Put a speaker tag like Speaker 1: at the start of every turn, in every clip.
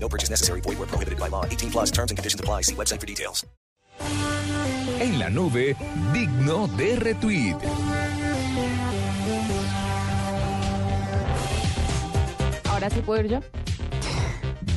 Speaker 1: No purchase necessary. Void where prohibited by law. 18 plus terms and conditions apply. See website for details.
Speaker 2: En la nube, digno de retweet.
Speaker 3: Ahora sí puedo ir yo.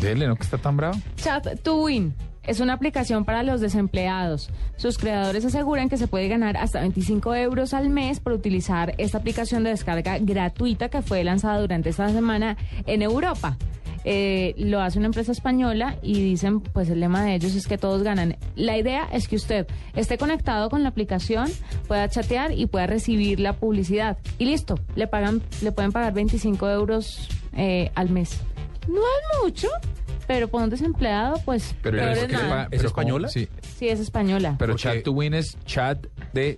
Speaker 4: Dele, ¿no? Que está tan bravo.
Speaker 3: Chat to Win es una aplicación para los desempleados. Sus creadores aseguran que se puede ganar hasta 25 euros al mes por utilizar esta aplicación de descarga gratuita que fue lanzada durante esta semana en Europa. Eh, lo hace una empresa española y dicen, pues el lema de ellos es que todos ganan. La idea es que usted esté conectado con la aplicación, pueda chatear y pueda recibir la publicidad. Y listo, le pagan, le pueden pagar 25 euros eh, al mes. No es mucho, pero para un desempleado, pues peor
Speaker 4: es
Speaker 3: es
Speaker 4: que
Speaker 3: nada.
Speaker 4: espa-
Speaker 5: ¿Es
Speaker 4: pero
Speaker 5: española?
Speaker 4: Sí.
Speaker 3: Sí, es española.
Speaker 4: Pero
Speaker 5: Porque-
Speaker 4: chat to win es chat de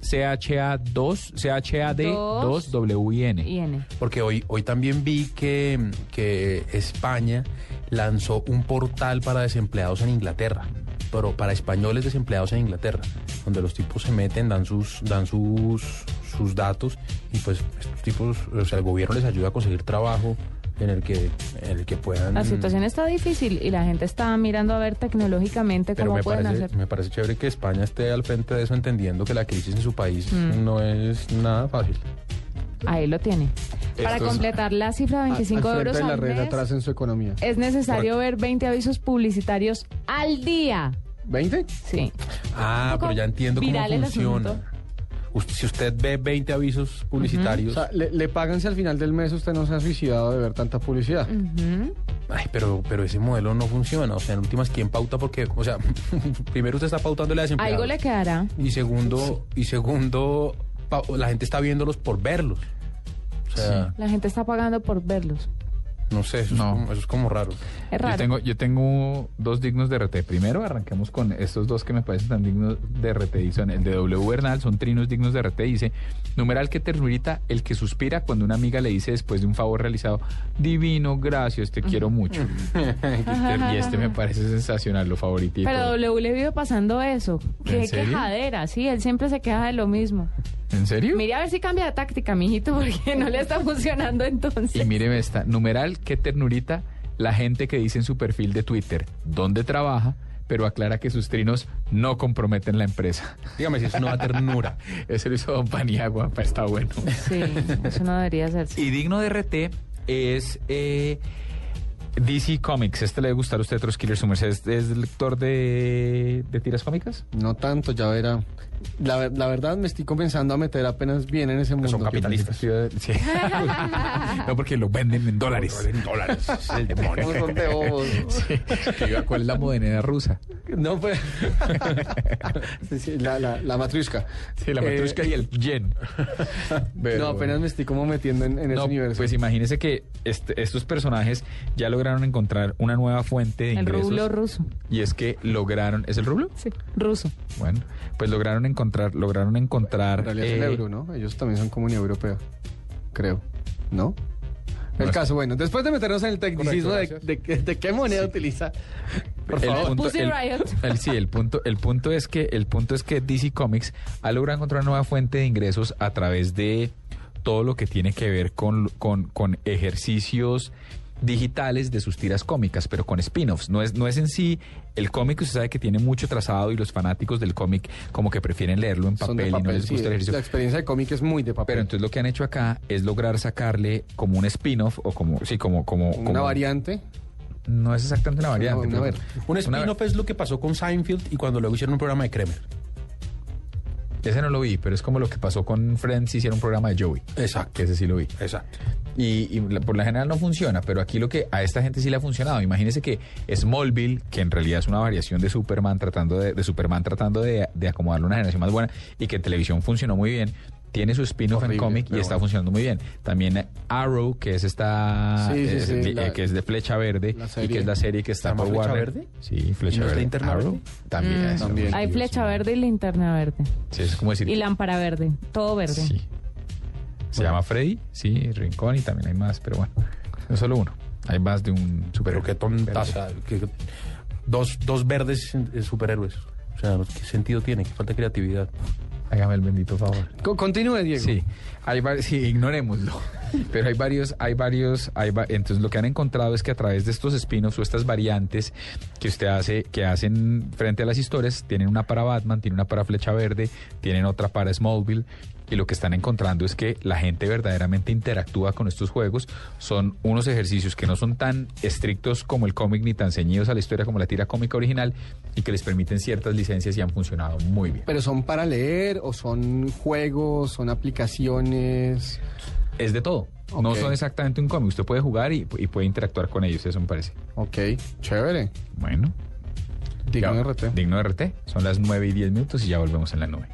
Speaker 4: CHA2,
Speaker 3: Dos.
Speaker 4: CHAD2WIN.
Speaker 3: IN.
Speaker 5: Porque hoy, hoy también vi que, que España lanzó un portal para desempleados en Inglaterra, pero para españoles desempleados en Inglaterra, donde los tipos se meten, dan sus, dan sus, sus datos y pues estos tipos, o sea, el gobierno les ayuda a conseguir trabajo en el que, en el que puedan...
Speaker 3: La situación está difícil y la gente está mirando a ver tecnológicamente
Speaker 5: Pero
Speaker 3: cómo
Speaker 5: me
Speaker 3: pueden
Speaker 5: parece,
Speaker 3: hacer.
Speaker 5: me parece chévere que España esté al frente de eso, entendiendo que la crisis en su país
Speaker 3: Mm.
Speaker 5: no es nada fácil.
Speaker 3: Ahí lo tiene. Para
Speaker 4: Esto es-
Speaker 3: completar la cifra de 25
Speaker 6: Ah, al frente
Speaker 3: euros
Speaker 6: de la
Speaker 3: al
Speaker 6: red
Speaker 3: mes, Eh.
Speaker 6: atrás en su economía.
Speaker 3: es necesario ver 20 avisos publicitarios al día.
Speaker 6: ¿20?
Speaker 3: Sí.
Speaker 5: Ah,
Speaker 3: poco
Speaker 5: pero ya entiendo cómo
Speaker 3: viral el asunto.
Speaker 5: funciona. Us- si usted ve 20 avisos
Speaker 6: O
Speaker 5: publicitarios,
Speaker 6: sea, le, le pagan si al final del mes usted no se ha suicidado de ver tanta publicidad.
Speaker 3: Mm. Ujú.
Speaker 5: ay, pero, pero ese modelo no funciona. O sea, en últimas, ¿quién pauta? Porque, o sea, primero usted está pautándole a desempleados.
Speaker 3: Algo le quedará.
Speaker 5: Y segundo, y segundo pa- la gente está viéndolos por verlos. O sea,
Speaker 3: La gente está pagando por verlos.
Speaker 5: no sé, eso,
Speaker 4: No.
Speaker 5: Es como, eso es como raro.
Speaker 3: Es
Speaker 4: Yo
Speaker 3: raro.
Speaker 4: tengo, yo tengo dos dignos de RT. Primero arranquemos con estos dos que me parecen tan dignos de RT. Y son el de W Bernal, son trinos dignos de RT. Dice, numeral que ternurita, el que suspira cuando una amiga le dice después de un favor realizado, divino, gracias, te quiero mucho. y este me parece sensacional, lo favoritico.
Speaker 3: Pero W le vive pasando eso. Qué
Speaker 4: ¿En serio?
Speaker 3: quejadera, sí. Él siempre se queja de lo mismo.
Speaker 4: ¿En serio?
Speaker 3: Mire a ver si cambia de táctica, mijito, porque no le está funcionando
Speaker 4: Y
Speaker 3: entonces.
Speaker 4: míreme esta, numeral, qué ternurita, la gente que dice en su perfil de Twitter dónde trabaja, pero aclara que sus trinos no comprometen la empresa.
Speaker 5: Dígame si es una ternura.
Speaker 4: Ese lo hizo Don Paniagua, pa, está bueno.
Speaker 3: Sí, eso no debería hacerse.
Speaker 4: Y digno de RT es eh, DC Comics. Este le debe gustar a usted, Troskiller Summers. ¿Es, es el lector de, de tiras cómicas?
Speaker 6: No tanto, ya verá. La, ver- la verdad me estoy comenzando a meter apenas bien en
Speaker 4: Pues
Speaker 6: ese mundo.
Speaker 5: son capitalistas.
Speaker 4: Sí. no, porque lo venden en dólares.
Speaker 5: En dólares. Es el demonio.
Speaker 6: ¿Cómo son de bobos?
Speaker 4: Sí. Que diga, ¿Cuál es la moneda rusa?
Speaker 6: No, pues. Sí, sí, la, la, la matrusca.
Speaker 4: Sí, la
Speaker 6: Eh,
Speaker 4: matrusca y el yen. Pero
Speaker 6: no, apenas me estoy como metiendo en, en
Speaker 4: No,
Speaker 6: ese universo.
Speaker 4: Pues imagínese que este- estos personajes ya lograron encontrar una nueva fuente de
Speaker 3: El
Speaker 4: ingresos.
Speaker 3: rublo ruso.
Speaker 4: Y es que lograron. ¿Es el rublo?
Speaker 3: Sí, ruso.
Speaker 4: Bueno, pues lograron encontrar, lograron encontrar.
Speaker 6: En realidad es el
Speaker 4: eh,
Speaker 6: euro, ¿no? Ellos también son como un europeo, creo. ¿No?
Speaker 4: No
Speaker 6: El
Speaker 4: es-
Speaker 6: caso, bueno, después de meternos en el tecnicismo
Speaker 5: Correcto,
Speaker 6: de, de- de qué moneda utiliza, por
Speaker 4: el
Speaker 6: favor.
Speaker 4: punto-
Speaker 3: Pussy
Speaker 4: el-
Speaker 3: Riot.
Speaker 4: el- sí, el punto, el punto es que el punto es que DC Comics ha logrado encontrar una nueva fuente de ingresos a través de todo lo que tiene que ver con, con, con ejercicios digitales de sus tiras cómicas, pero con spin-offs. No es, no es en sí el cómic, usted sabe que tiene mucho trazado y los fanáticos del cómic como que prefieren leerlo en
Speaker 6: Son
Speaker 4: papel,
Speaker 6: de
Speaker 4: y no les
Speaker 6: sí,
Speaker 4: gusta el ejercicio.
Speaker 6: la experiencia de cómic es muy de papel.
Speaker 4: Pero entonces lo que han hecho acá es lograr sacarle como un spin-off o como, sí, como, como,
Speaker 6: una
Speaker 4: como-
Speaker 6: variante.
Speaker 4: No es exactamente una variante.
Speaker 6: una
Speaker 4: pero-
Speaker 6: ver-
Speaker 5: Un
Speaker 4: una
Speaker 5: spin-off es lo que pasó con Seinfeld y cuando luego hicieron un programa de Kremer.
Speaker 4: Ese no lo vi, pero es como lo que pasó con Friends, hicieron un programa de Joey.
Speaker 5: Exacto.
Speaker 4: Que ese sí lo vi.
Speaker 5: Exacto.
Speaker 4: Y, y la- por la general no funciona, pero aquí lo que a esta gente sí le ha funcionado. Imagínense que Smallville, que en realidad es una variación de Superman tratando de, de Superman tratando de, de acomodarle una generación más buena y que en televisión funcionó muy bien. tiene su spin-off en
Speaker 6: Horrible,
Speaker 4: cómic y
Speaker 6: pero
Speaker 4: está
Speaker 6: bueno.
Speaker 4: funcionando muy bien. También Arrow, que es esta
Speaker 6: Sí, sí,
Speaker 4: es-
Speaker 6: sí,
Speaker 4: eh,
Speaker 6: la-
Speaker 4: que es de Flecha Verde
Speaker 6: la
Speaker 4: y que
Speaker 6: serie.
Speaker 4: es la serie que está
Speaker 5: ¿Se llama
Speaker 4: por
Speaker 5: Flecha
Speaker 4: Warner.
Speaker 5: Verde?
Speaker 4: Sí, Flecha
Speaker 5: ¿No es la
Speaker 4: Verde.
Speaker 5: Linterna
Speaker 4: Arrow
Speaker 5: Verde?
Speaker 4: también,
Speaker 3: Mm.
Speaker 4: es-
Speaker 6: También.
Speaker 3: Hay flecha verde y linterna verde.
Speaker 4: sí, es como decir
Speaker 3: Y lámpara verde. Todo verde.
Speaker 4: Sí. Se
Speaker 5: Bueno.
Speaker 4: llama Freddy, sí, Rincón y también hay más, pero bueno, no es solo uno. Hay más de un
Speaker 5: Pero
Speaker 4: superhéroe.
Speaker 5: qué tontaza. que- dos, dos verdes eh, superhéroes. O sea, ¿qué sentido tiene? ¿Qué falta de creatividad?
Speaker 4: Hágame el bendito favor.
Speaker 6: Co- Continúe, Diego.
Speaker 4: Sí, hay var- sí, ignorémoslo. Pero hay varios, hay varios, hay va- entonces lo que han encontrado es que a través de estos espinos o estas variantes que usted hace, que hacen frente a las historias, tienen una para Batman, tienen una para Flecha Verde, tienen otra para Smallville. Y lo que están encontrando es que la gente verdaderamente interactúa con estos juegos. Son unos ejercicios que no son tan estrictos como el cómic ni tan ceñidos a la historia como la tira cómica original y que les permiten ciertas licencias y han funcionado muy bien.
Speaker 6: Pero son para leer o son juegos, son aplicaciones.
Speaker 4: Es de todo. No
Speaker 6: Ok.
Speaker 4: son exactamente un cómic. Usted puede jugar y, y puede interactuar con ellos. Eso me parece.
Speaker 6: Ok, chévere.
Speaker 4: Bueno.
Speaker 6: Dígame
Speaker 4: ya-
Speaker 6: RT.
Speaker 4: Digno RT. Son las 9 y 10 minutos y ya volvemos en la nube.